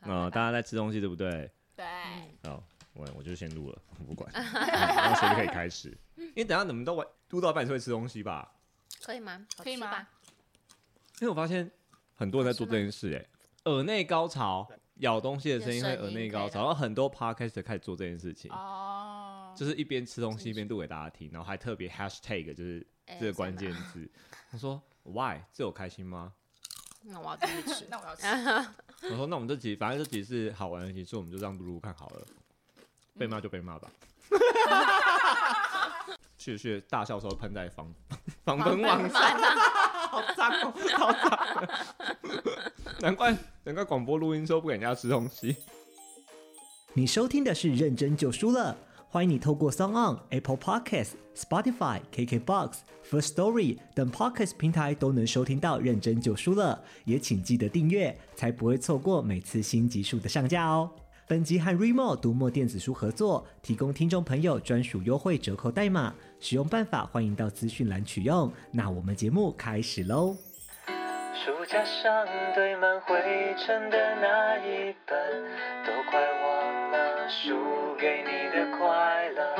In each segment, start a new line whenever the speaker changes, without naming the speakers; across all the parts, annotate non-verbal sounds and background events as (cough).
啊、大家在吃东西对不对？
对，
嗯
好，我我就先录了， (laughs) 我不管，嗯然后谁就可以开始。因为等一下你们都玩录到一半是会吃东西吧？
可以吗？好
可以
吃
吗
吧？
因为我发现很多人在做这件事、欸，哎，耳内高潮，咬东西的声音会
有声
耳
音
内高潮，
对
然后很多 podcast 开始做这件事情，
哦，。
就是一边吃东西一边录给大家听，然后还特别 hashtag 就是
哎
这个关键字。我说 why 这有开心吗？
那我要继续吃
那我要吃，
我说那我们这集反正这集是好玩的集数，我们就这样录录看好了。被骂就被骂吧。 (laughs) 去去大笑的时候喷在防防
狂
喷
奔
网
马
上，
上
(laughs) 好脏哦，好脏哦。 (laughs) 难怪难怪广播录音说不给人家吃东西。 (laughs)
你收听的是《认真就输了》，欢迎你透过 s o n On、Apple Podcasts、Spotify、KKBox、First Story 等 Podcast 平台都能收听到《认真就输了》，也请记得订阅，才不会错过每次新集数的上架哦。本集和 Remo 读墨电子书合作，提供听众朋友专属优惠折扣代码，使用办法欢迎到资讯栏取用。那我们节目开始喽。
书架上堆满灰尘的那一本，都快忘了输给你的快乐。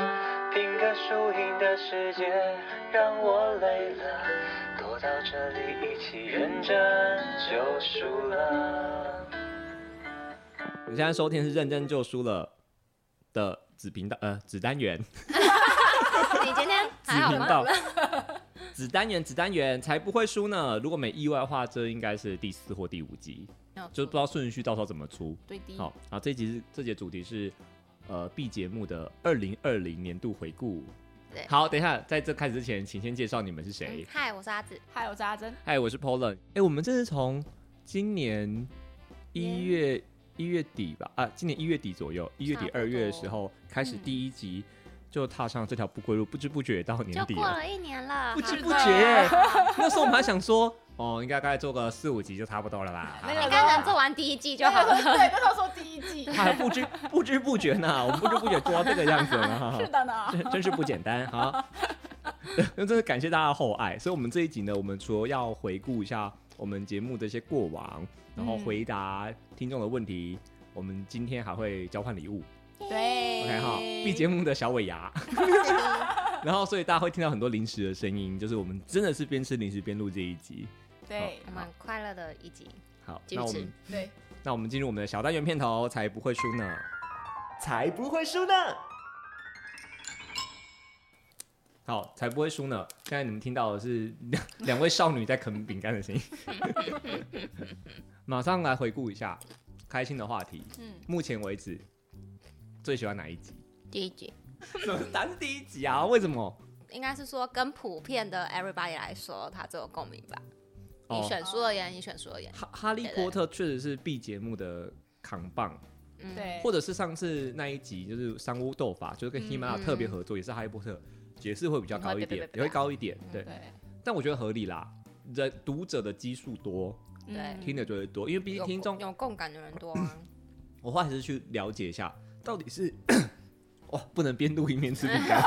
拼个输赢的世界让我累了，躲到这里一起认真就输了。
你现在收听是认真就输了的子频道呃子单元
你今天
子
还好
频
吗？ (laughs)
道子单元子单元才不会输呢。如果没意外的话，这应该是第四或第五集，
没有错
就不知道顺序到时候怎么出。
对第一，
好，啊，这一集是这节主题是呃 B 节目的二零二零年度回顾
对。
好，等一下，在这开始之前，请先介绍你们是谁
嗯。嗨，我是阿紫，
还有扎针，
嗨、我是 Poland。哎、我们这是从今年一月一月底吧，啊，今年一月底左右，一月底
差不
二月的
多
时候开始
嗯
第一集，就踏上这条不归路，不知不觉也到年
就
底
过
了，
了啊一年了，
不知
好
不觉。 (laughs) 那时候我们还想说，哦，应该大概做个四五集就差不多
(laughs)
了啦。
那个
应该能做完第一季就好
那时候
了。
对，那时候说第一季，
还啊不知不知不觉呢，我们不知不觉做到这个样子了。
是的呢，
(laughs) 真真是不简单哈。那真的感谢大家的厚爱，所以我们这一集呢，我们除了要回顾一下我们节目的一些过往，然
嗯
后回答听众的问题，我们今天还会交换礼物
对
，OK 哈，B 节目的小尾牙， (laughs) 然后所以大家会听到很多零食的声音，就是我们真的是边吃零食边录这一集。
对
我们快乐的一集，
好，
继续
那我
吃
们
对，
那我们进入我们的小单元片头，才不会输呢。
才不会输呢！
好，才不会输呢。刚才你们听到的是 (laughs) 两两位少女在啃饼干的声音。 (laughs) 马上来回顾一下开心的话题。
嗯，
目前为止，最喜欢哪一集？
第一集
怎么咱是第一集啊？为什么？
应该是说跟普遍的 everybody 来说，它最有共鸣吧。你
哦，
选输了言，你选输了言，
哈哈利波特确实是 B 节目的扛棒，
嗯，
对，
或者是上次那一集就是三巫斗法，啊就是跟
嗯
喜马拉雅特别合作，也是哈利波特，解释会比较高一
会
点
被，被
也会高一点，对。
嗯对
但我觉得合理啦，人读者的基数多，
嗯
对
听的就会多，因为毕竟
有
听众
有共感的人多
(laughs)
啊。
我后来还是去了解一下，到底是哇，不能边录音边吃饼干，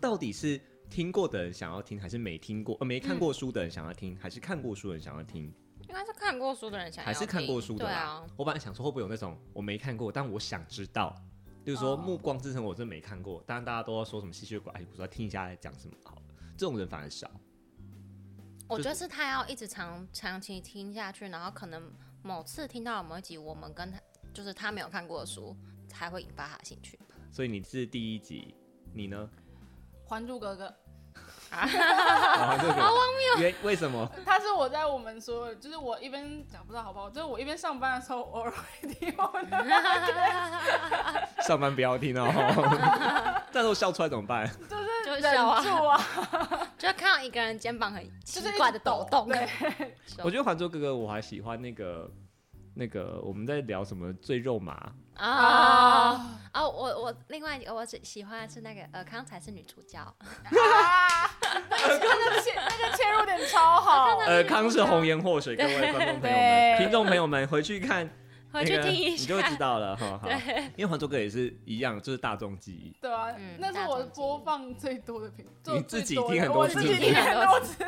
到底是听过的人想要听，还是没听过、呃、没
嗯
看过书的人想要听，还是看过书的人想要听，
应该是看过书的人想要
还
听，
是看过书的
对
啦？
啊，
我本来想说会不会有那种我没看过，但我想知道。就是说，《
哦
暮光之城》我真没看过，但大家都要说什么吸血鬼，哎，我说听一下在讲什么好了。这种人反而少，
我觉得是他要一直长长期听下去，然后可能某次听到了某一集，我们跟他就是他没有看过的书，才会引发他的兴趣。
所以你是第一集，你
(laughs)
呢？
《还珠格格
好荒谬！原为什么？》，
它是我在我们所有，就是我一边讲不知道好不好，就是我一边上班的时候，偶尔会听我们的，
上班不要听
(laughs)
哦。但是我笑出来怎么办？
就是
就是
忍
笑啊
住啊，
就看到一个人肩膀很
就
奇
是一直
怪的抖动，
对，
我觉得《还珠格格》我还喜欢那个那个我们在聊什么最肉麻？
啊哦，我我另外一个我只喜欢的是那个呃康才是女主角，
啊！那个切那个切入点超好，
哎
呃，康是红颜祸水，各位观众朋友们、
对
听众朋友们回去看
回去
那个
听一
你
下
就。会知道了哈。哈因为《还珠格格》也是一样，就是大众记
(laughs)
忆。
对啊
嗯，
那是
大
我
众记忆
播放最多的频，
你自己听很多
我
次
自己
是不是
听很多次，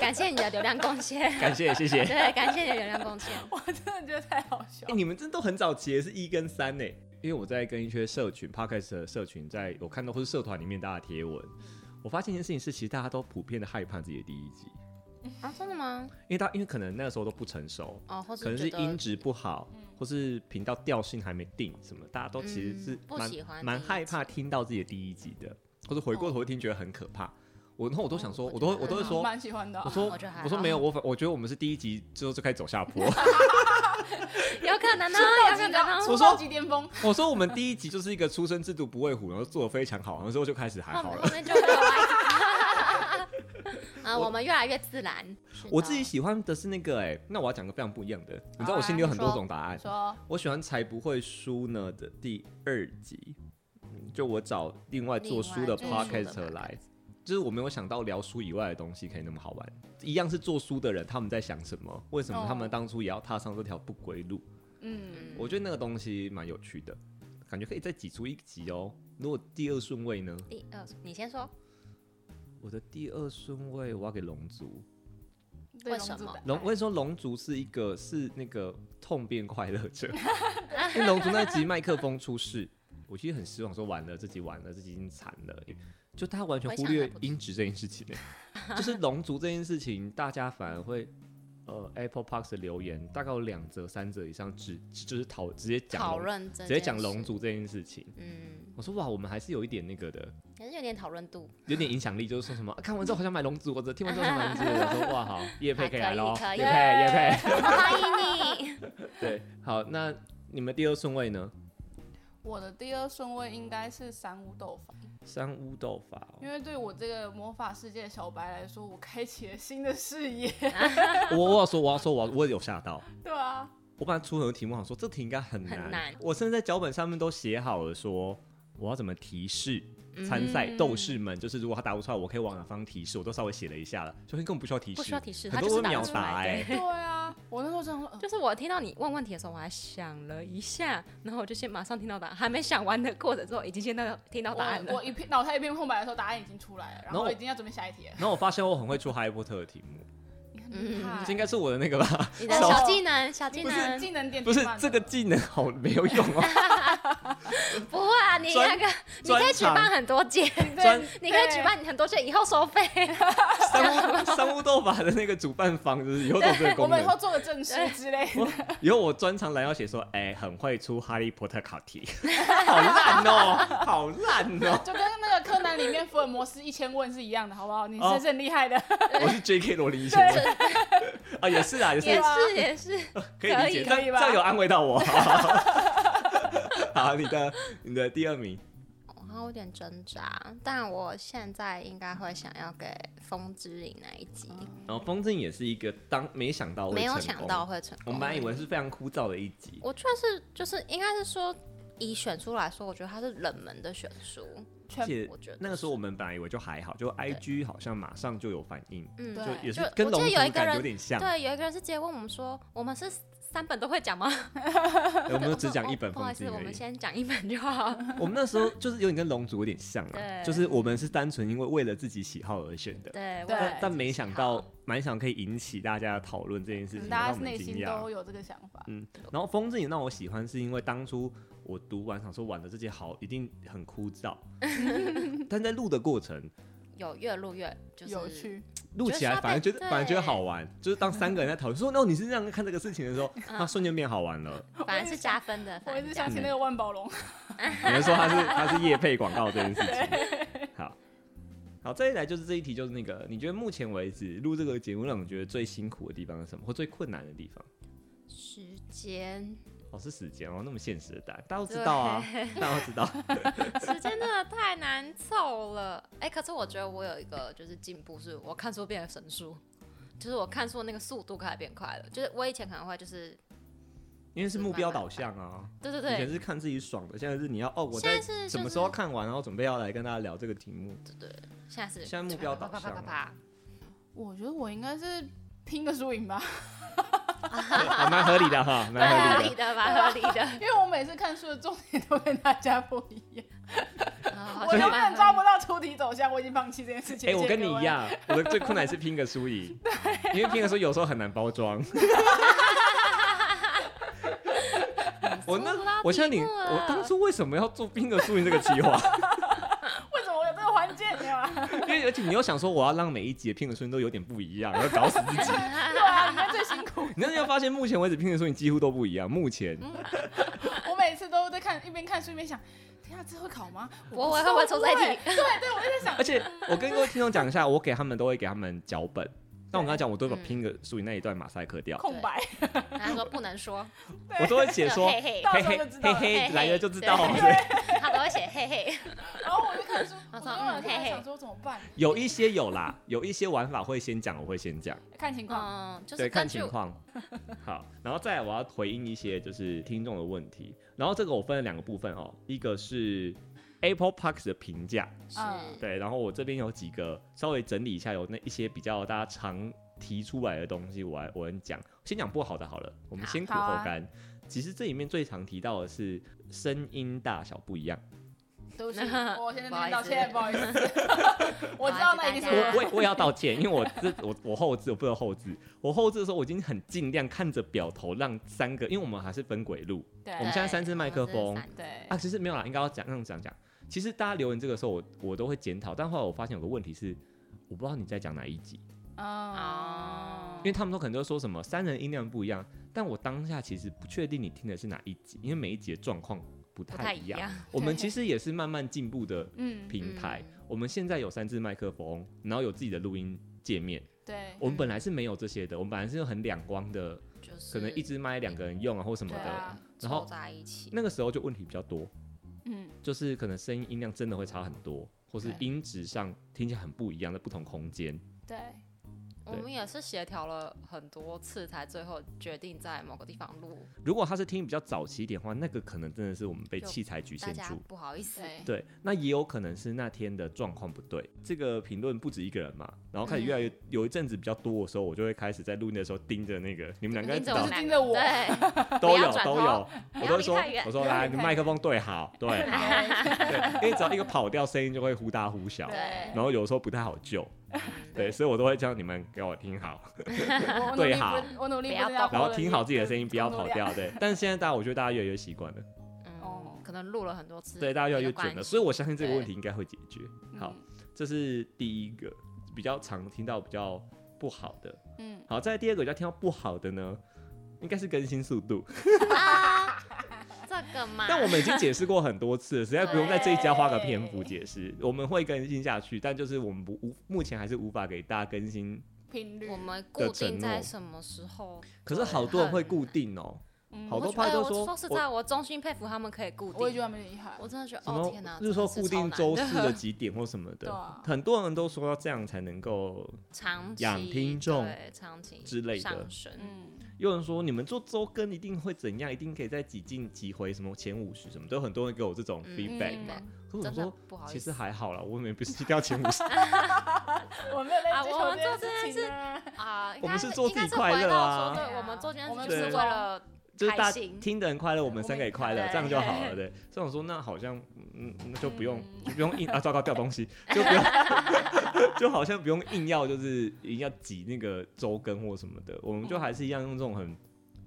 感谢你的流量贡献，
感谢，谢谢。哎、
对，感谢你的流量贡献。
(laughs) 我真的觉得太好笑。
你们真都很早期，是一跟三呢。因为我在跟一些社群 podcast 的社群在，我看到或是社团里面大家贴文，我发现一件事情是，其实大家都普遍的害怕自己的第一集，
啊，真的吗？
因为大因为可能那个时候都不成熟，
哦，或者
可能是
觉得嗯
音质不好，或是频道调性还没定，什么大家都其实是
嗯不
蛮
喜欢
蛮
第一
害怕听到自己的第一集的，或者回过头会听觉得很可怕。我然后我都想说，
哦
我都会我
我
都会
觉得哦
说，
蛮喜欢的啊
我，
(laughs)
说
我觉得还好
我说没有，我反我觉得我们是第一集之后就开始走
(laughs)
下坡。
有可能呢，啊
出
有可
道
能
即巅
哦。
出道即巅峰，
我说我们第一集就是一个出生之犊不畏虎，然后做的非常好，然后之后就开始还
后
好
面
了
后。面就没有来。 (laughs) 啊，我们越来越自然。是的啊
我自己喜欢的是那个哎、那我要讲个非常不一样的，你知道我心里有很多种答案。
说
我喜欢才不会输呢的第二集，嗯就我找另外做书的
另外做书的
podcast 来，就是我没有想到聊书以外的东西可以那么好玩。一样是做书的人，他们在想什么？为什么
哦
他们当初也要踏上这条不归路？
嗯，
我觉得那个东西蛮有趣的，感觉可以再挤出一集哦。如果第二顺位呢？
第二，你先说，
我的第二顺位我要给龙族。
对
为什么
龙珠的
龙，我跟你说，龙族是一个是那个痛变快
(laughs)
乐者，因为龙族那集麦克风出事，我其实很失望，说完了这集完了，这集已经惨了，就大家完全
回
忽
想还
略
不错
音质这件事情、欸，就是龙族这件事情，大家反而会。呃，Apple Park 的留言大概有两则、三则以上只，就是讨直接讲
讨
龙
论这，
直接讲龙，族这件事情。
嗯，
我说哇，我们还是有一点那个的，
还是有点讨论
(laughs)
度，
有点影响力，就是说什么、啊看完之后好想买龙族，或者听完之后想买龙族，我说哇好，叶佩可以来喽，
可以可以
叶佩叶佩，
欢迎你。
(laughs) 对，好，那你们第二顺位呢？
我的第二顺位应该是三无斗法，
三巫斗法、
啊
因为对我这个魔法世界小白来说，我开启了新的视野。 (laughs)
我我要说，我要说，我我有吓到。
对啊，
我本来出很多题目，想说这题应该很难。
很难
我甚至在脚本上面都写好了说我要怎么提示参赛
嗯
斗士们，就是如果他答不出来，我可以往哪方提示，我都稍微写了一下了。首先根本不需要提示，
不需要提示
很
他就
多
是
都
答
秒
得出来
答哎、
对啊，我那时候想说，呃
就是我听到你问问题的时候，我还想了一下，然后我就先马上听到答案，还没想完的过程中，已经先到听 (laughs) 到答案
我我
了。
一片脑袋一片空白的时候，答案已经出来了，然
然后
后
我
我已经要准备下一题了。
然后我发现我很会出哈利波特的题
(laughs)
目，
你很
嗯
厉害
这应该是我的那个吧？
你的
手
小技能，小技
不是
能，
技能点
不是
击慢了
这个技能好没有用
(laughs)
哦，
不会啊，你那个你可以举办很多届，
专
你可以举办你很多届，以后收费。
三巫三巫斗法的那个主办方就是以后都有这个
我
功
们
能
以。后做个正式之类的。
我
(laughs)
以后我专长栏要写说，哎、很会出哈利波特考
(laughs)
题，好烂哦、好烂哦、
就跟那个柯南里面福尔摩斯一千问是一样的，好不好？你
哦
真是很厉害的， (laughs)
我是 J.K. 罗琳以前的啊，也是啊，
(laughs)
也
也
是
是也是，
可以理解，
可以
这样
可以
这
吧
样有安慰到
(laughs)
我。 (laughs) 好，你的你的第二名，
我还有点挣扎，但我现在应该会想要给《风之灵》那一集，
然后风筝也是一个当没想到
哦
会
没有
成
想
功
到，哦会成
我
功。
们本来以为是非常枯燥的一集，
我确实就是应该是说，以选书来说，我觉得它是冷门的选书，
而
全
且
我觉得
那个时候我们本来以为就还好，就 I.G. 好像马上就有反应，
嗯，
对
就也是
就
跟
我记
龙
得
族
有一个
感
人
有点像，
对，有一个人是直接问我们说，我们是三本都会讲吗？
哎我们就只讲一
哦
本
不好
风
意思，
筝
我
而
们
已。
先讲一本就好。
(laughs)
(laughs) 我们那时候就是有点跟龙族有点像啊，
对
就是我们是单纯因为为了自己喜好而选的，
对，
对
我
但但没想到
好
蛮想可以引起大家的讨论这件事情，
嗯
让
大家
我们
内
惊
心都
讶。
有这个想 (laughs) 法。
嗯，然后风筝也让我喜欢，是因为当初我读完想说玩的这些好一定很枯燥，但在录的过程
有越录越就是
有趣，
录起来反而觉得
觉得
反而觉得
对
好玩，就是当三个人在讨论说哦你是这样看这个事情的时候，那瞬间变好玩了。
反而是加分的。
(laughs) 我
反
一
而
直
是加
想
分
起那个万宝龙，
你们说他是他是业配广告这件事情。好，好，再来就是这一题，就是那个，你觉得目前为止录这个节目让你觉得最辛苦的地方是什么，或最困难的地方？
时间，
哦，是时间哦，那么现实的答案，大家都知道啊，大家都知
(laughs)
道。
时间真的太难凑了。哎、可是我觉得我有一个就是进步，是我看书变得 (laughs) 神速，就是我看书的那个速度开始变快了。就是我以前可能会就是
因为是目标导向啊。
对对
以前
对
是看自己爽的，现在是你要哦，我
现
在
在是
什
就
么时
是
候看完，然后准备要来跟大家聊这个
(laughs)
题目。
对对，下次
现在目标导向啊
(laughs) 我觉得我应该是拼个输赢吧，
啊，蛮合理的哈，蛮
蛮
合
(laughs) 合
理
理
的。
的，蛮合理的。
(laughs) 因为我每次看书的重点都跟大家不一样，
啊
我永远抓不到出题走向，我已经放弃这件事情。
哎、我跟你
谢谢各位
一，样，我的最困难是拼个输赢，因为拼个输有时候很难包装。
做
我
不到
那我现在
题
你，
目啊
我当初为什么要做拼个输赢这个计划？ (laughs)
为什么我有这个环节？你知道吗
因为而且你又想说我要让每一集的拼个输赢都有点不一样，然后搞死自己。
对啊，你们最辛苦。
你真的要发现，目前为止拼的书你几乎都不一样。目前，
我每次都在看，一边看书一边想，天啊，这会考吗？
我我会不会抽
在
再题？
对对，我就在 (laughs) 想
而，且我跟各位听众讲一下，我给他们都会给他们脚本，但我跟他讲，我都会把
嗯
拼个书赢那一段马赛克掉，
空白，
然 (laughs) 后他说不能说，
我都会写说
嘿嘿
到
嘿
时候
嘿
就知道
嘿
了
嘿来了就知道。
对
对
他都会写嘿
(laughs)
嘿。
然后我就看书，我
我
就
说
晚
嗯嘿
在
嘿
想说怎么办，
有一些有啦，有一些玩法会先讲，我会先讲，
看情况。
嗯，就是
对，看
根据
情况。 (laughs) 好，然后再来我要回应一些就是听众的问题，然后这个我分了两个部分哦，一个是 Apple Park 的评价，
是
嗯
对，然后我这边有几个稍微整理一下，有那一些比较大家常提出来的东西，我来我们讲，先讲不好的好了，我们
好
先苦
好
后
啊
甘。其实这里面最常提到的是声音大小不一样，
对不 (laughs) 起，我先跟你道歉，不好意思， (laughs) 我知道那一定是
对啊 (laughs)
我我也我也要道歉，因为我这我我后置我不能后置，我后置的时候我已经很尽量看着表头让三个，因为我们还是分轨录，
对
我们现在三支麦克风
我们是三
对
啊，其实没有啦，应该要讲这样讲讲。其实大家留言这个时候我我都会检讨，但后来我发现有个问题是，我不知道你在讲哪一集。
哦
哦，
因为他们都可能都说什么三人音量不一样，但我当下其实不确定你听的是哪一集，因为每一集的状况
不
不
太
太一
一
样。
样。
我们其实也是慢慢进步的
嗯，
平台，
嗯
我们现在有三支麦克风，然后有自己的录音界面。
对，
我们本来是没有这些的，我们本来是用很两光的，
嗯就是
可能一支麦两个人用啊或什么
对
的。
啊，
然后
凑在一起，
那个时候就问题比较多，
嗯，
就是可能声音音量真的会差很多，或是
对
音质上听起来很不一样的不同空间。
对，
我们也是协调了很多次，才最后决定在某个地方录。
如果他是听比较早期一点的话，那个可能真的是我们被
就
器材局
大
限
家
住。
不好意思，
对，
对，那也有可能是那天的状况不对。这个评论不止一个人嘛，然后开始越来
嗯
越、有一阵子比较多的时候，我就会开始在录音的时候盯着那个你们两个人
盯着
就
我
是
们两
都
盯
个
着我
对，
都
不
有
要转
都
头
有，我
不
都
要
会
离
说
太远
我说
不要
来，
离
你
太
麦克
远
风对好对好，对，因为只要一个跑掉，声音就会忽大忽小，
对
然后有时候不太好救， (laughs) 对，所以我都会叫你们给我听好，
我我努
对
力
好
不，我努力不
不要
要
动
然后
活
听
了
好自己的声音，不要
我
跑
努力
掉，对。但是现在大家，我觉得大家越来越习惯了，
哦
嗯，可能录了很多次，
对，大家越来
也
越
有
准了，
关系
所以我相信这个
对
问题应该会解决。好，
嗯
这是第一个比较常听到比较不好的。
嗯，
好，再来第二个比较听到不好的呢，应该是更新速度。
这个嘛，
但我们已经解释过很多次了，实在不用在这一家花个篇幅
对
解释。我们会更新下去，但就是我们不无目前还是无法给大家更新。
频率
我，们固定在什么时候？
可是好多人会固定哦，
嗯
好多
我
派都
哎
说
我说实在，我衷心佩服他们可以固
我也觉
定。
得蛮厉害，
我真的觉得，
什
哦
么
天哪，
就是说
真的
固定周四
超难
的
的
几点或什么
对
的
啊，
很多人都说要这样才能够。
(laughs) 长期
养听众
对长期
之类的
上升，
嗯，
有人说你们做周更一定会怎样，一定可以在几进几回什么前五十什么，都有很多人给我这种
嗯
feedback
嗯
嘛。
嗯
可是我
真的
说
不好意思。
其实还好啦，我们也不是一定要前五十。
我没有在
啊
追
我
求
们做
件
这件
事情啊，
啊，
我们
应该
是做自己
应该是
快乐啊
回到说
对
对，
啊
我们做这件
我
事
们
情
是
是为了
就是
开
大家
心
听的人快乐，我们三个也快乐，
对
这样就好了。对，所以我说那好像，嗯，那就不 (laughs) 用，
嗯
就不用硬啊，糟糕，掉东西， (laughs) 就不用，就好像不用硬要，就是一定要挤那个周更或什么的，我们就还是一样用这种很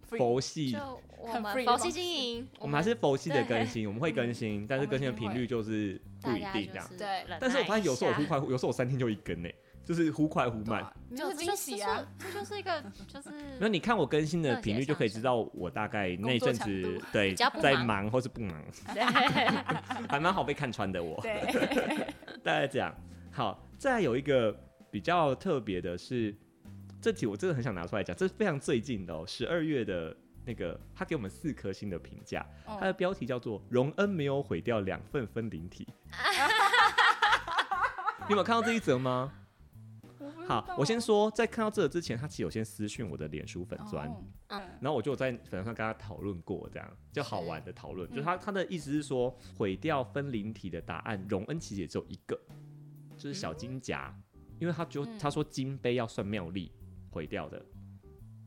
Free
佛系，
就我
很 free
们
的
佛
方
系
式
经营，
我们还是佛系的
对
更新，我们会更新，但是更新的频率就是不
大
一
家
定这
就
样。
是
对
忍耐
但是我发现有时候我忽
一下
快忽，有时候我三天就一根呢、就是忽快忽慢。
对
没
啊，
有
(laughs) 就是惊喜啊，，
这就是这就是一个就是
那你看我更新的
热血
频率就可以
上
知
升
道我大概那阵
工作强
子
度
对
比较不
在
忙
忙或是不忙，
对
(laughs) 还蛮好被看穿的我。
(laughs) 对，
(laughs) 大概这样。好，再来有一个比较特别的是，这题我真的很想拿出来讲，这是非常最近的哦，十二月的那个，他给我们四颗星的评价，它的
哦
标题叫做“荣恩没有毁掉两份分灵体”。你有没有看到这一则吗？
我不
呃好，我
哦
先说，在看到这个之前，他其实有先私讯我的脸书粉砖，
嗯，
然后我就有在粉丝上跟他讨论过，这样就好玩的讨
嗯
论。就是他他的意思是说，毁掉分灵体的答案，荣恩其实也只有一个，就是小金夹，因为他就
嗯
他说金杯要算妙力毁掉的，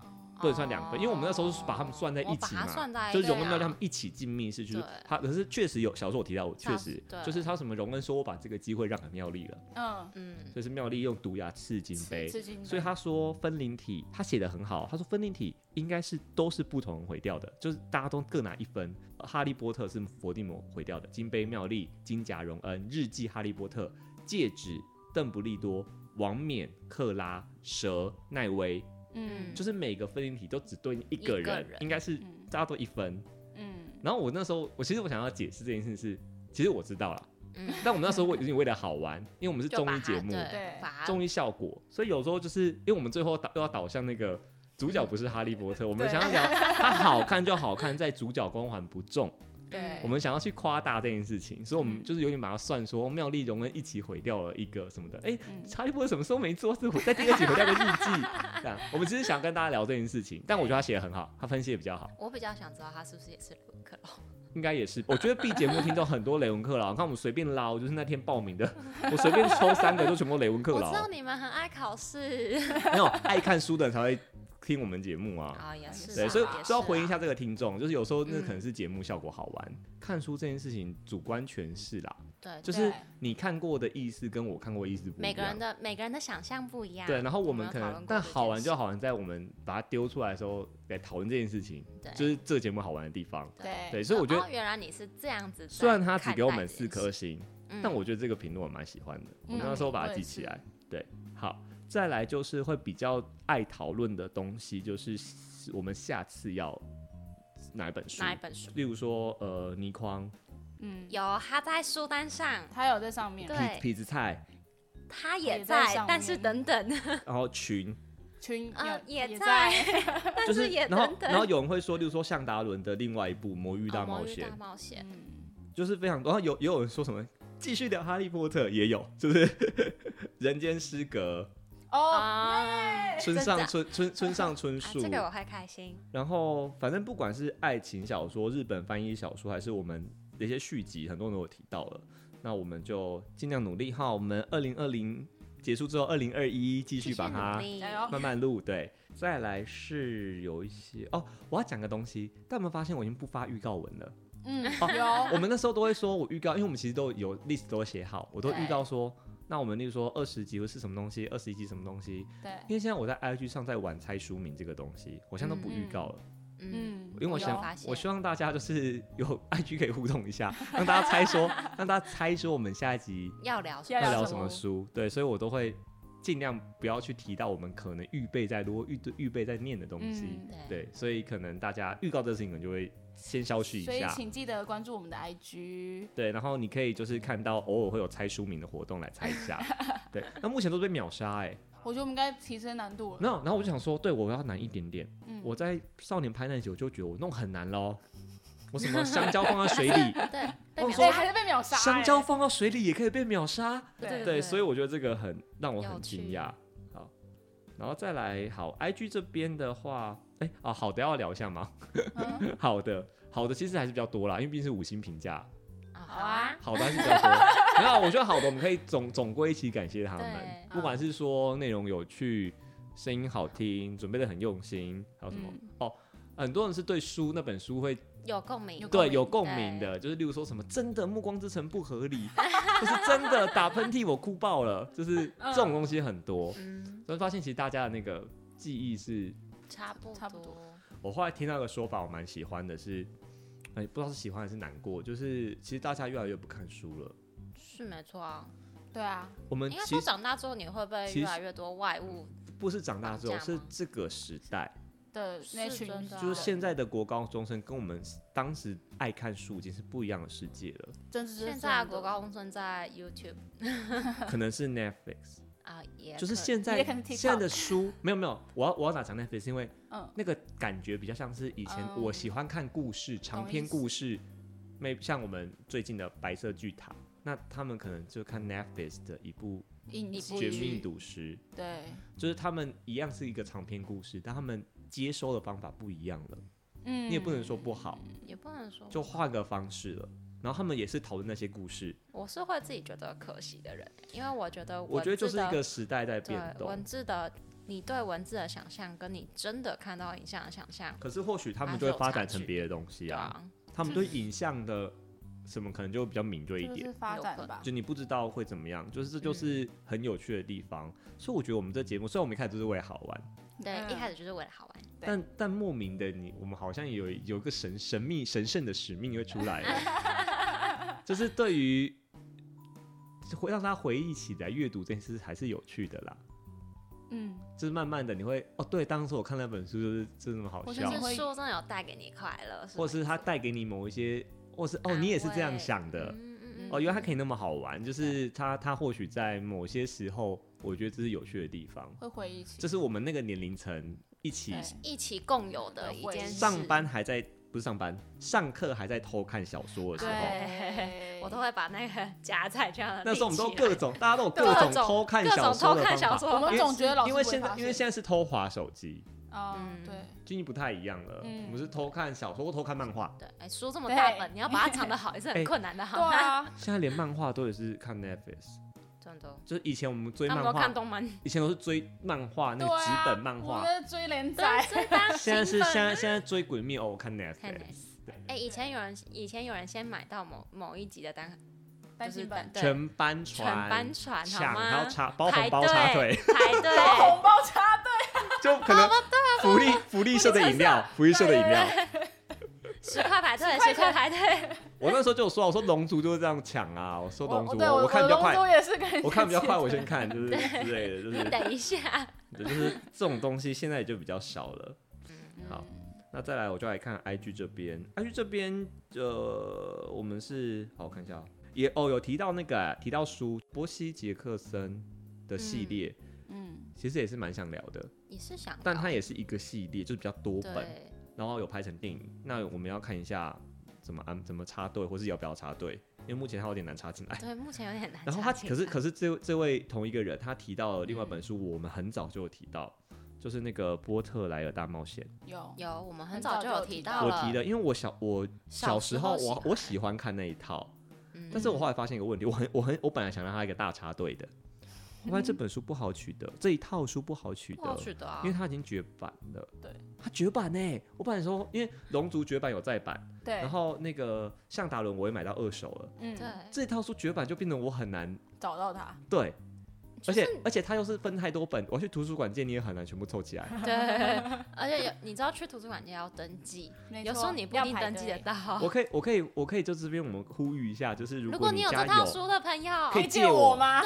哦
不能算两分，因为我们那时候是把他们算在
哦我
一
把
起
它算
嘛，
在
就是荣恩
对啊
妙力他们一起进密室，就是
对
他可是确实有小时候我提到，我确
他
实
对
就是他什么荣恩说我把这个机会让给妙力了，
嗯，
嗯，
就是妙力用毒牙刺金杯，
吃惊的
所以他说分灵体，他写的很好。他说分灵体应该是都是不同人毁掉的，就是大家都各拿一分。呃哈利波特是伏地魔毁掉的，金杯妙丽、金甲荣恩、日记哈利波特、戒指邓布利多、王冕克拉、蛇奈威，
嗯
就是每个分灵体都只对应一个人，
一个人
应该是
嗯
大家都一分。
嗯
然后我那时候，我其实我想要解释这件事是，其实我知道了，
嗯
但我们那时候我有点为了好玩，因为我们是
就
综
把
艺
它
节目，
对
对，
把它
综艺效果，所以有时候就是因为我们最后导又要导向那个主角不是哈利波特，我们想
(laughs)
要聊他好看就好看，在主角光环不重，
对
我们想要去夸大这件事情，所以我们
嗯
就是有点把它算说妙丽荣恩一起毁掉了一个什么的，哎、
嗯
哈利波特什么时候没做？是我在第二集毁掉个
(laughs)
日记，这样，我们只是想跟大家聊这件事情，但我觉得他写的很好，他分析的比较好。
我比较想知道他是不是也是卢克劳。
应该也是，我觉得 B 节目听众很多雷文克劳，你看我们随便捞，就是那天报名
(laughs)
的，我随便抽三个就全部雷文克
我
劳
知。道你们很爱考试 (laughs)
没有爱看书的人才会听我们节目啊。
啊，也是啊，
对，所以
也
就要
是
回应一
啊
下这个听众，就是有时候那
嗯
可能是节目效果好玩，看书这件事情主观诠释啦，
对，
就
嗯对
是
对
你看过的意思跟我看过的意思不一样。
每个人的每个人的想象不一样。
对，然后我
们
们
有
可
讨
能
论过
但
这件
好玩就
事
好玩在我们把它丢出来的时候来讨论这件事情，
对
就是这个节目好玩的地方。
对
对，所以我觉
哦
得
原来你是这样子在看待这件事。
虽然他只给我们四颗星，
嗯，
但我觉得这个评论我蛮喜欢的，我
嗯
那时候把它
我
记
也
起
是
来。对，好，再来就是会比较爱讨论的东西，就是我们下次要哪一本书？
哪一本书
例如说，呃，倪匡、
嗯，
有他在书单上，
他有在上面，
对
痞痞
(laughs)
子菜，
他也
也在
在，
上
但
哎
是
面
等等，
(laughs) 然后群，
群
啊
有
也
也
在
就
但
是
是也
然后
等等。
然后有人会说，例如说向达伦的另外一部《魔域
哦
大
魔
冒
域
险
大》冒险，
嗯，
就是非常多。然后有也有人说什么继续聊《哈利波特》，也有，就是 (laughs) 人间失格、
哦，
啊，真
村
的
上
啊
春春村上
(laughs)
春树、
这个我会开心。
然后，反正不管是爱情小说、日本翻译小说，还是我们的一些续集，很多人都有提到了。那我们就尽量努力哈。我们二零二零结束之后，二零二一继续把它
努力
加油
慢慢录。对，再来是有一些哦，我要讲个东西，但我们发现我已经不发预告文了。
嗯，
我
有，
们那时候都会说，我预告，因为我们其实都有 list 都会写好，我都预告说，那我们例如说二十集会是什么东西，二十一集什么东西。
(laughs) 对，
因为现在我在 IG 上在玩猜书名这个东西，我现在都不预告了。
嗯，
嗯，
因为
有
我想
发，现
我希望大家就是 (laughs) 有 IG 可以互动一下，让大家猜说，让大家猜说我们下一集
要聊什
要
么
要
聊
聊
什
什么
么
书。对，所以我都会尽量不要去提到我们可能预备在如果预预备在念的东西。
嗯
对，
对，所以可能大家预告这事情，可能就会先消去一
所以
下。
请记得关注我们的 IG，
对，然后你可以就是看到偶尔会有猜书名的活动来猜一
(laughs)
下。对，那目前都被秒杀哎、欸，
我觉得我们应该提升难度了。
那然后我就想说，对我要难一点点。
嗯
我在少年拍那集，我就觉得我弄很难喽。我什么香蕉放在水
(laughs)
里，
对，被
我
秒
说
哎，
杀
还是被秒杀欸，
香蕉放到水里也可以被秒杀。
对
对，所以我觉得这个很让我
有
很惊
趣
讶。好，然后再来，好，IG 这边的话，哎、啊，好的要聊一下吗？(laughs)
嗯
好的，好的，其实还是比较多啦，因为毕竟是五星评价，
啊好啊，
好的还是比较多。 (laughs) 没有，啊我觉得好的，我们可以总总归一起感谢他们，
对
不管是说内容有趣，声音好听，准备的很用心，还有什么、
嗯
哦。很多人是对书那本书会
有共鸣，
对
鸣
有共鸣的，就是例如说什么真的《暮光之城》不合理，就是真的打喷嚏我哭爆了，
(laughs)
就是这种东西很多。
嗯，
所以发现其实大家的那个记忆是，
差不
差不多
多，
我后来听到一个说法，我蛮喜欢的是，哎、不知道是喜欢还是难过，就是其实大家越来越不看书了。
是没错啊。
对啊，
我们
应该
其
说
实
长大之后，你会不会
嗯其
越
实
来越多外物？
不是长大之后，
绑架
是
吗
这个时代，
的那
是
群
真的啊
就是现在的国高中生跟我们当时爱看书已经是不一样的世界了，
真是
现在的国高中生在 YouTube
可能是 Netflix，
啊，也
就是
可
现在
也可能 TikTok
现在的书没有没有，我要我要拿讲 Netflix，是因为
嗯
那个感觉比较像是以前
嗯
我喜欢看故事、长篇故事，没像我们最近的白色巨塔，那他们可能就看 Netflix 的一部
影
一
集
部
绝
剧
命毒师》，
对，
就是他们一样是一个长篇故事，但他们接收的方法不一样了，
嗯，
你也不能说不好，
也不能说
就换个方式了。然后他们也是讨论那些故事，
我是会自己觉得可惜的人，因为我觉得
我
文
觉得就
字
是一
的
个时代在变
对文
动。
字的你对文字的想象，跟你真的看到影像的想象，
可是或许他们
还
就是会
有
发
差
展成
距
别的东西
对
啊，
啊，
他们对影像的什么可能就比较敏锐一
这
点
就。是发
有可
展
能
吧，
就你不知道会怎么样，就是这就
嗯
是很有趣的地方。所以我觉得我们这节目虽然我们一开始就是为了好玩，
对，
嗯
一开始就是为了好玩。
对
但但莫名的你，我们好像有有一个神神秘神圣的使命会出来
(laughs)
了，就是对于会让他回忆起来阅读这件事还是有趣的啦。
嗯，
就是慢慢的你会哦，对，当时我看那本书就是就是那么好
我
笑
就
相，信
是
会
书真的有带给你快乐，
或是它
他
带给你某一些，或是哦
安
你也是这样
慰
想的，
嗯嗯嗯，
哦，原来它可以那么好玩，就是它它或许在某些时候，我觉得这是有趣的地方，
会回忆起，
这是我们那个年龄层一起
对
一起共有的
的
一
回
件
忆
事。
上班还在不是上班，上课还在偷看小说的时候，
(laughs)
对，
我都会把那个夹在这样的地
那时候我们都
起来
各种大家都有
各
种
种
偷看
各
小
种
说
偷
的
看小
方
说
法，
的
我
方
们总觉得老师
因为
不会
现在
发
因为现在是偷滑手机，
哦
嗯
对，
最近不太一样了，
嗯
我们是偷看小说或偷看漫画，
对，哎，书这么大本，
对
你要把它藏得好也是
哎
很困难的，好
对
吗？
啊，
现在连漫画都也是看 Netflix，
真的，哦
就是以前我们追
他
漫
们都看
画，
动漫，
以前都是追漫画 (laughs) 那
对
个纸
啊，
本漫
我
画
们，在追连载
(laughs) 对，，这当
现在是
兴奋
现在现在追鬼灭哦，我看
看
Netflix，
Netflix 哎，以前有人以前有人先买到某某一集的单，
单
就是
行本
单。对
全班
全
传，
班传好
抢，然
吗？
后插包
排
红
队
包插腿，
(laughs)
(laughs)
排队，
红包插队，
就可能福利福利社的饮料，福利社的饮料。
十块排队，
10
十块排队，
我那时候就有说，我说龙族就是这样抢啊，我说龙族，
对我
看比较
龙
快，
舟也是跟人
我看比较
家
快，
接
我
触
先看，就是之类的，就
你
是
等一下。
就是这种东西现在也就比较少了。好，那再来我就来看 IG 这边，IG 这边呃，我们是好我看一下哦，也哦有提到那个啊提到书波西杰克森的系列，
嗯，
其实也是蛮想聊的，
(laughs) 你是想到，
但它也是一个系列，就是比较多本，
对，
然后有拍成电影。那我们要看一下怎么安怎么插队，或是要不要插队，因为目前它有点难插进来。
对，目前有点难插进来。
然后他可是可是这这位同一个人，他提到了另外一本书，我们很早就有提到，就是那个波特莱尔大冒险。
有
有，我们很
很
早
早
就
就
有
有
提
提
到
到
我
了，
提的，因为我小我小时候
时候
我我喜欢看那一套，
嗯
但是我后来发现一个问题，我很我很我本来想让他一个大插队的，我发现这本书不好取得，这一套书不好取
不好
得，
取得啊
因为它已经绝版了。
对，
它绝版呢、欸我本来说，因为《龙族》绝版有再版，
对，
然后那个向达伦我也买到二手了。
嗯，
对，
这套书绝版就变得我很难
找到他，
对，
就
而且
是
而且它又是分太多本，我去图书馆借你也很难全部凑起来。
(laughs) 对，而且有你知道去图书馆就要登记，
没
有时
错
候你不一定
要排
登记得
队
我
到。
可以我可以我可以就这边我们呼吁一下，就是如
如
果
你有
家
这套书的朋友，
可以
可以
借
借
我
我吗？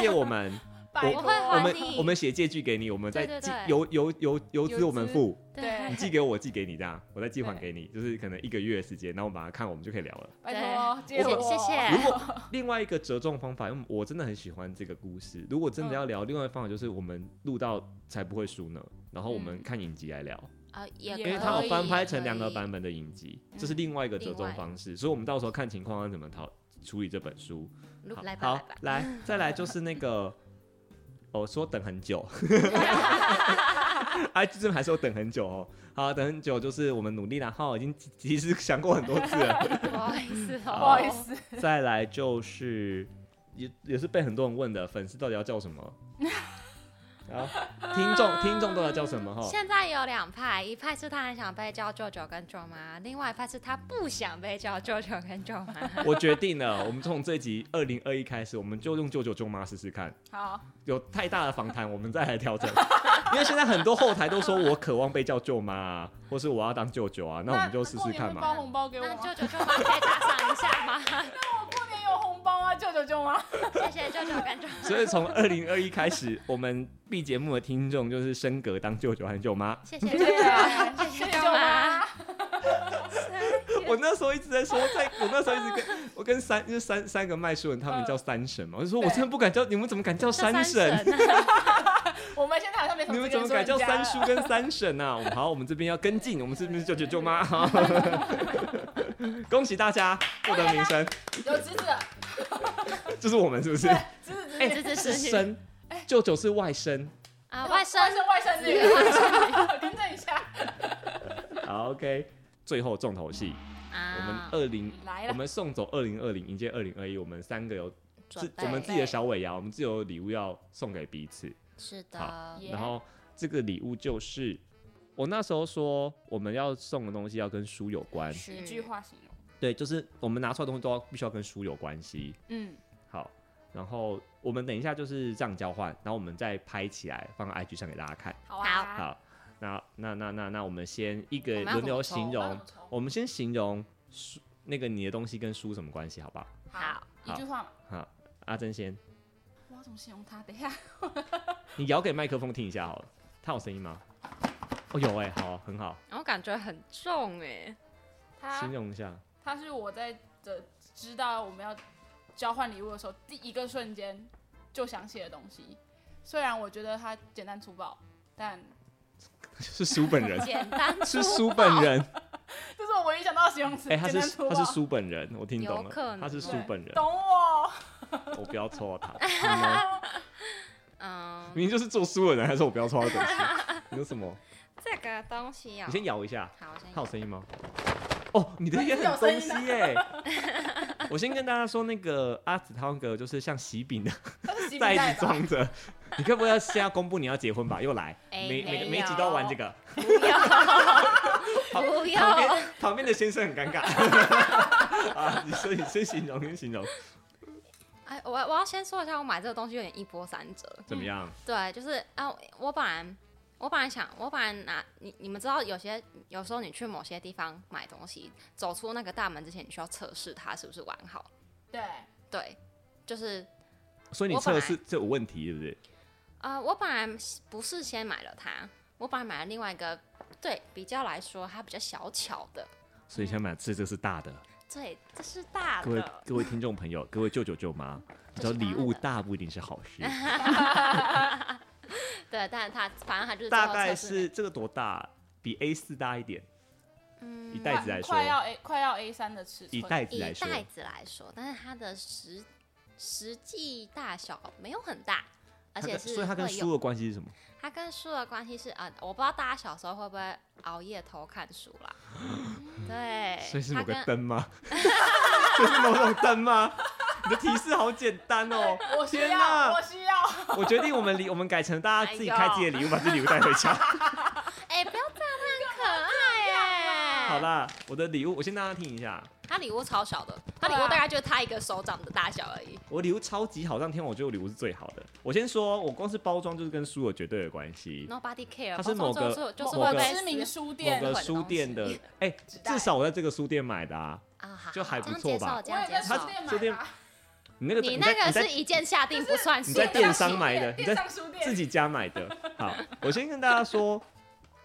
借
(laughs)
我们，
拜
我
托
会
我
还
们
你
我们写借据给你，我们再
对对
寄
对
邮邮邮邮
邮
资我们
资
(laughs)
付，
对
对
你寄给我，我寄给你这样，我再寄还
对
给你，就是可能一个月的时间，然后我把它看，我们就可以聊了。
拜托，
谢
借
谢
我，
谢
如
谢，
果另外一个折中方法，因为我真的很喜欢这个故事。如果真的要
嗯
聊，另外一个方法就是我们录到才不会输呢，然后我
嗯
们看影集来聊，
啊，也
因
因为
可
它
以
有翻拍
也
成
可
两个
以
版本的影集，这是另外一个折中方式。所以我们到时候看情况要怎么讨处理这本书。
如
好，
来吧来
好
吧，，
来再来就是那个。哦，说等
(laughs)
很久，哎，这边还是有等很久哦。好，等很久就是我们努力了哈，已经其其实想过很多次了。
不好意思哦，
不好意，思，
再来就是也也是被很多人问的，粉丝到底要叫什么？ (laughs) 啊，听众听众都要叫什么？哈，
现在有两派，一派是他很想被叫舅舅跟舅妈，另外一派是他不想被叫舅舅跟舅妈。
我决定了，我们从这集二零二一开始，我们就用舅舅舅妈试试看，
好，
有太大的访谈，我们再来调整。因为现在很多后台都说我渴望被叫舅妈、啊，或是我要当舅舅啊，那我们就试试看
那过年会
嘛。
包红包给我
那
吗？
舅舅舅妈可以打赏一下吗？
过年有红包啊，舅舅舅妈，
谢谢舅舅跟舅妈，
所以从二零二一开始，我们 B 节目的听众就是升格当舅舅和舅妈。
谢谢舅舅，谢
谢
谢
谢
舅
舅
妈
妈。。
我那时候一直在说，在我那时候一直跟我跟三就是三三个麦书人，他们叫三神嘛，我就说我
对
真的不敢叫，你们怎么敢叫
叫三
神？
神啊
我们现在好像没什
你
么
们
资
怎么
格说
敢
人
叫
家
三
了
叔跟三婶啊？我们好，我们这边要跟进，我们这边是舅舅舅妈， (laughs) 好恭喜大家获得名声，
有侄子了，
就是我们是不是？
侄子
哎、
这是
是
生
生，舅舅是外甥。
啊，外
外
甥
甥外甥女，外甥女更正一下，
好，OK，最后重头戏，我们
啊，
二零，
来
我
了，
们送走二零二零，迎接二零二一，我们三个有自
准
我们
备
自己的小尾牙，我们自己有礼物要送给彼此。
是
好
的，
耶
然后这个礼物就是我那时候说我们要送的东西要跟书有关，
是
一句话形容，
对，就是我们拿出来的东西都要必须要跟书有关系。
嗯，
好，然后我们等一下就是这样交换，然后我们再拍起来放到 IG 上给大家看。
好
好
啊，
好，那那那那那我们先一个
我们要怎
轮
么
流
抽
形
我
容
好，，
我们先形容书那个你的东西跟书什么关系，好不好？
好，一句话嘛，
好，阿珍先，
我要怎么形容它？等一下，
你摇给麦克风听一下好了，它有声音吗？哦，有哎、好，很好，
然后感觉很重哎，
它
形容一下。
它是我在这知道我们要交换礼物的时候，第一个瞬间就想起的东西。虽然我觉得它简单粗暴，但
(laughs) 是书
(laughs)
本人，
简单
是书本人。
这是我唯一想到的形容
(laughs)
词，
哎、他
简单
是
粗暴。
他是书本人，我听懂
有可
了，
能
他是书本人，
懂我？
我不要抽到他。你
(laughs)
呢
嗯，
明明就是做书的人，还是我不要抽到他的东西？你有什么？
这个东西啊
你，先摇一下，
好，我先
他有声音吗？哦，你的也很东西耶、
(laughs)
我先跟大家说，那个阿紫汤哥就是像喜饼的
它是洗
袋
米袋啊
子
吧？
装着。 (laughs) 你该不会要现在公布你要结婚吧？又来，
哎
每
没
每
有
每一集都要玩这个，
不
(laughs)
要，
旁
不要
旁边旁边的先生很尴尬。 (laughs) 啊，你说你先形容，先形容
哎，我我要先说一下，我买这个东西有点一波三折。
怎么样？
对，就是啊，我本来我本来想，我本来拿你你们知道，有些有时候你去某些地方买东西，走出那个大门之前，你需要测试它是不是完好。
对，
对，就是
所以你
我本
测
来
试这有问题，对不对？
呃，我本来不是先买了它，我本来买了另外一个，对比较来说，它比较小巧的。
所以想买吃这个是大的，
对，这是大
各位
的，
各位听众朋友，
(laughs)
各位舅舅舅妈，你知道
这是大
礼
的
物大不一定是好
(laughs)
事，
对，但是它反正它就是最
大
后
概
测试
是这个多大？比 A 四大一点，以
嗯
袋子来说
快，要 A 快要 A 三的尺
以
寸，
袋子
以
来说，
袋子来说，但是它的实实际大小没有很大，而
它
且
跟
是
所以它跟
会
书
有
的关系是什么？
它跟书的关系是啊、呃我不知道大家小时候会不会熬夜偷看书啦。对，
(laughs) 所以是
它
某个
哎跟
灯
(laughs)
吗？ (laughs) 这是某种灯吗？你的提示好简单
(laughs)
哦！
我需
天
要，
哪
我！需要。
我决定我们礼，我们改成大家自己
哎呦
开自己的礼物，把自己礼物带回
(laughs)
家。
哎、不要这样，它很可爱 (laughs) 耶。
好，啦，我的礼物我先让大家听一下，
它礼物超小的，它礼物
对啊
大概就是它一个手掌的大小而已。
我礼物超级好，当天我觉得我礼物是最好的。我先说，我光是包装就是跟书有绝对的关系。
Nobody care，
它是
包
某
装
个
就是就是
某
会
个
被
知名
撕
书
某
店，
个书店的
电子，
哎、
纸袋
至少我在这个书店买的啊。
啊，好
就还不
这样
错
接
吧
受
我
这样
也在
接
书
受。
店
书
买
店
的啊，
你那个
你
在
那个
你在
是一键下定不算数，
你在电商买的，你
电
在
商书
自
店，
己家买的。好，我先跟大家说，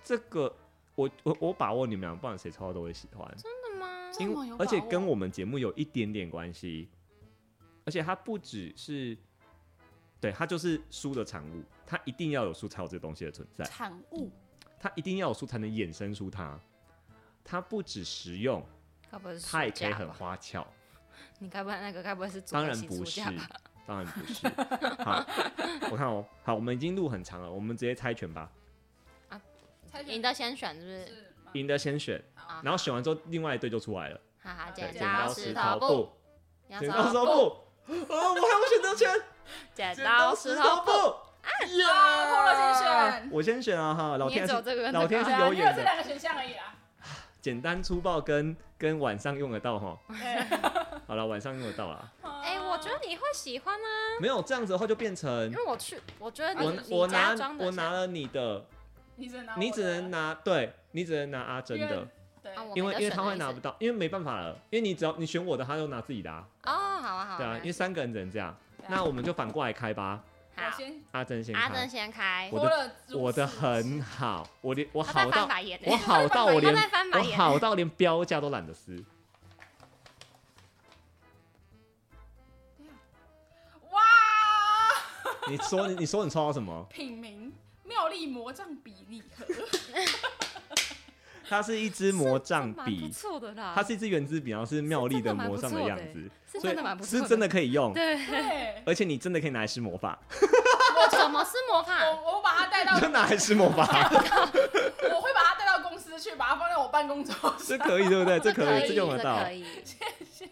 这个我我我把握你们俩，不然谁抽到都会喜欢，
真的吗？
这
因
么
为
有
而
把握
且跟我们节目有一点点关系，而且它不只是，对，它就是书的产物，它一定要有书才有这东西的存在。
产物，
它一定要有书才能衍生出它。它不止实用，
该不会是
它也
暑
可以
假
很
吧
花俏。
你该不会那个该不会是
当然不是，当然不是。 (laughs) 好，我看哦，好，我们已经录很长了，我们直接猜拳吧。
猜拳
赢的先选是不是？
是吗
赢的先选，
啊，
然后选完之后，另外一队就出来了。
哈哈，
对
剪
剪
刀
刀
石
石
头
头
布
布，，
你要
剪
知
刀石
道
头布。呃，我还有选择权，
(laughs) 剪
剪
刀
刀
石
石
头
头
布，
布。耶！
啊，破了先选，
我先选啊哈，老
你也
天
只有
是
这个跟
老
这
天
个
是
对
啊。
啊，
有
你有
眼
这
的，
两个选项而已啊啦。
简单粗暴跟跟晚上用得到哈。
对
好了，晚上用得到啦。
(laughs) 哎，我觉
哦
得你会喜欢啊，
没有这样子的话，就变成
因为我去，我觉得
(laughs) 我
你你
我拿
家装的
我拿了你的，
你只能
啊
拿我的，
你只能拿，对你只能拿阿珍的，
对
啊，我
因为
没得选
因为他
的
会
意
拿
思
不到，因为没办法了，因为你只要你选我的，他就拿自己的啊，
哦，好啊好啊，
对啊，因为三个人只能这样。
对啊
那我们就反过来开吧，
我
啊好，
先
阿珍先
阿珍
开。
先开，
我
播
的
了如此，
我的很好，我连我
他在
好
翻
到
白眼呢，
我好
(laughs)
到我连
他在翻白
我
眼，
好到连标价都懒得撕，
哇， (laughs)
你说你你说你抽到什么？ (laughs)
品名妙丽魔杖比例盒，
它是一支魔杖
蛮不
笔，
错的啦，
它是一支圆珠笔，然后是妙丽
真的蛮
魔
不
杖的
错
样
的欸
子，
是
所以
真的蛮不错
是
的，
真的可以用，
对，
对，
而且你真的可以拿来施魔法，
什么是魔法？
我我把它带
(laughs)
到， (laughs)
就拿来施魔
(laughs)
法
我会把它带到公司去，把它放在我办公桌
这
上。
可以对不对？这可
以，
以，这用得到
可，以，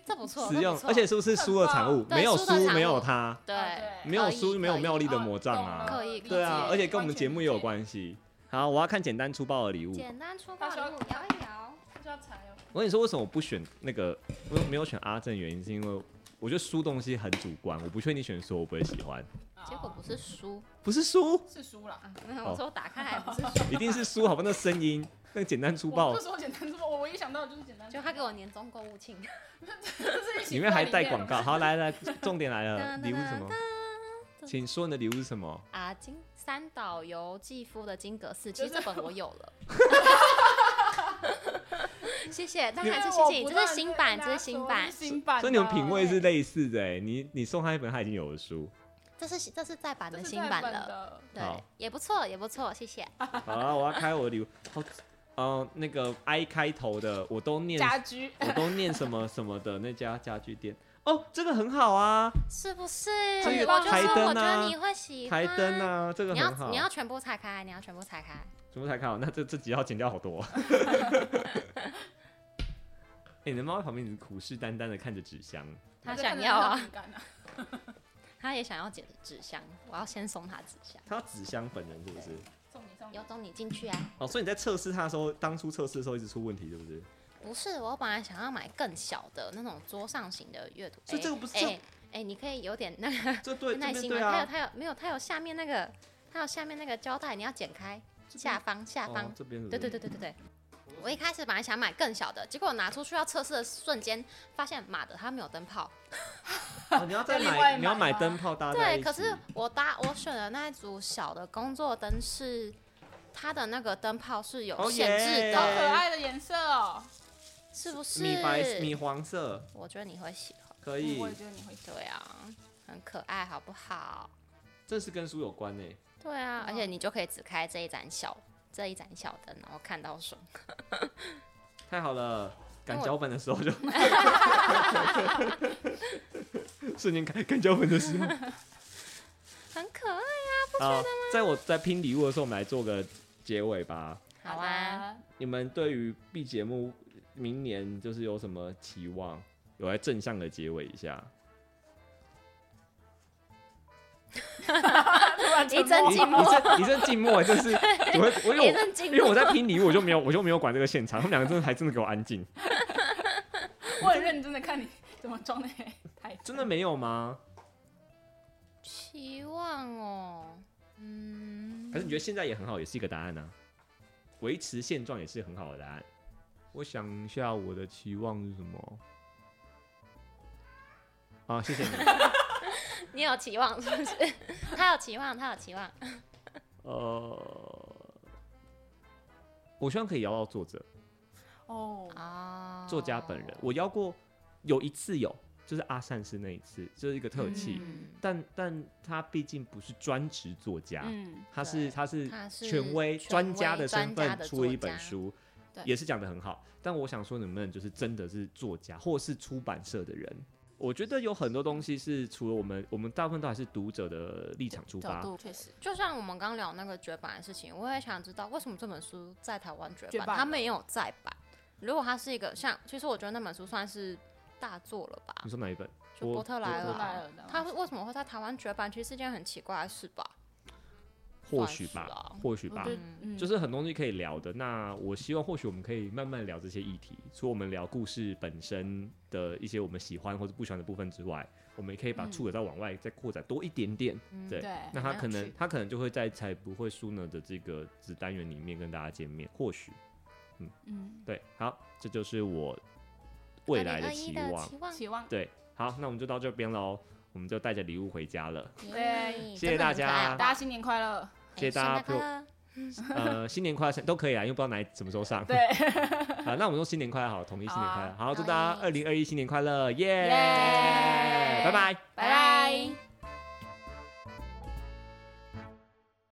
这不错，
实
这
用
不，错
而且是不是书的产物？
对
没有
书的
书
产
没有
物
它，
对，
没有
可以
书没有
可以
妙丽的魔杖啊，
可以
对啊，
理解
而且跟我们节目也有。关系。好，我要看简单粗暴的礼物。
简单粗暴礼物摇一摇，
就要踩哦
我跟你说，为什么我不选那个，我没有选阿正，原因是因为我觉得书东西很主观，我不确定选书我不会喜欢。
啊
结果不是书
不是书，
是输了。
啊，没有， (laughs) 我说我打开来不是
(laughs)
书，
一定是书，好吧？那声
(laughs)
音，那个简单粗
我
暴
不，说简单粗暴，我唯一想到的就是简单粗
就
暴，
他给我年终购物庆，
(laughs) 就是一起
里面还带
放
广告。好，来来，重点来了，礼物是什么？
哒
请说你的礼物是什么？
啊，金三岛由纪夫的金阁寺，其
就
实
是
这本我有了。 (laughs) 谢谢，但
里面。
还是谢
因为我
谢你，
不
这
断
是
地
新
跟
版，
大
这是
家
新
说
版
这，是新版的，
所以你们品味是类似的、欸，你你送他一本他已经有的书。
这是这是再版
这
的
是
新
再
版
版
了，
的。啊
对
好，
也不错，也不错，谢谢。
好了，我要开我的礼物。好，呃，那个 I 开头的，我都念
家居，
我都念什么什么的那家家具
(laughs)
店。哦，这个很好啊，
是不是？
这
个
我就
台
说，
灯
我觉
啊
得你会喜欢。
台灯啊，这个
你
很好。
要你要全部拆开，你要全部拆开。
全部才看好，那这这集要剪掉
(laughs)
好多、哦。哎、你的猫在旁边一直虎视眈眈的看着纸箱，
他想要啊，
这
(laughs)
看着很有质感啊，
他也想要剪纸箱，我要先送他纸箱。
它纸箱本人是不是？
送你送你
有。种你进去啊！
哦，所以你在测试它的时候，当初测试的时候一直出问题，对不对？
不是，我本来想要买更小的那种桌上型的阅读。
所以
哎
这个不是
哎
这
哎、你可以有点那个
这对这
(laughs) 耐
边
心
对
吗？它有
啊，
它有没有？它有下面那个，它有下面那个胶带，你要剪开下方下方。
哦、这边是不
对
是
对对对对对。我一开始本来想买更小的，结果我拿出去要测试的瞬间，发现妈的它没有灯泡。
哦，你要再
要另外
买，
买
你要买
吗
灯泡搭在
对，
一起。
可是我搭我选的那一组小的工作灯是，它的那个灯泡是有
哦
限制
耶
好
的，
可爱的颜色哦，
是不是？
米白米黄色
我觉得你会喜欢。
可以
嗯我，也觉得你会喜欢
对啊，很可爱，好不好？
这是跟书有关呢、欸
对啊，而
嗯
且你就可以只开这一盏小这一盏小灯，然后看到爽。
太好了，赶
我
脚本的时候就 (laughs) 瞬间赶赶脚本的时
(laughs)
候。
很可爱。
好，在我在拼礼物的时候，我们来做个结尾吧。
好啊，，
你们对于 B 节目明年就是有什么期望？有来正向的结尾一下，
(laughs) 突然沉
一
默
阵寂
一
寞，
一阵一阵静默，
(laughs)
就是我我因为
一
我
阵寂
因
寞，
为
(laughs)
我在拼礼物，我就没有我就没有管这个现场，他们两个真的还真的给我安静，
我很认真的看你怎么装的
(laughs)
台词，
真的没有吗？
期望哦，嗯，
还是你觉得现在也很好，也是一个答案呢、维持现状也是很好的答案。我想一下，我的期望是什么？好，谢谢 (laughs) 你。
你有期望是不是？ (laughs) 他有期望，他有期望，
呃，我希望可以邀到作者、
哦，
哦，
作家本人。我邀过有一次有，就是阿善师那一次，就是一个特技。
嗯
但但他毕竟不是专职作家，
嗯，
他是
对
他是
他是
权威专家的身
专家
份
的
出了一
作
本
家
书
对，
也是讲的很好。但我想说，能不能就是真的是作家或是出版社的人？我觉得有很多东西是除了我们，我们大部分都还是读者的立场出
角
发。
度
确实，
就像我们刚聊那个绝版的事情，我也想知道为什么这本书在台湾绝
绝
版，
版
他们也有再版。如果它是一个像，其实我觉得那本书算是大作了吧
你，说哪一本？
就
我
波特莱尔
我我
出
啊
来。了，
它为什么会在台湾绝版？其实是件很奇怪的事吧。
或许
算是
吧
啊，
或许
我
吧
觉，得
嗯
嗯，
就是很多东西可以聊的。那我希望，或许我们可以慢慢聊这些议题，除了我们聊故事本身的一些我们喜欢或者不喜欢的部分之外，我们也可以把
嗯
触角再往外再扩展多一点点。
嗯
对
对
那他可
蛮有
能
趣
他可能就会在才不会输呢的这个子单元里面跟大家见面，或许
嗯，
对，好，这就是我未来的
2021
期
的
望。
期望，
期望
对，好，那我们就到这边喽，我们就带着礼物回家了。
耶
谢谢大家
真的很可爱好不
大
好
家新
(laughs)
年快乐，
谢谢大
哎新年快乐
家呃，新年快乐，都可以啊，因为不知道哪一什么时候上。
对，
啊，那我们说新年快乐好了，统一新年
哦
快乐，好，祝大家
好
二零二一新年快乐，耶、
耶
拜拜。
拜拜。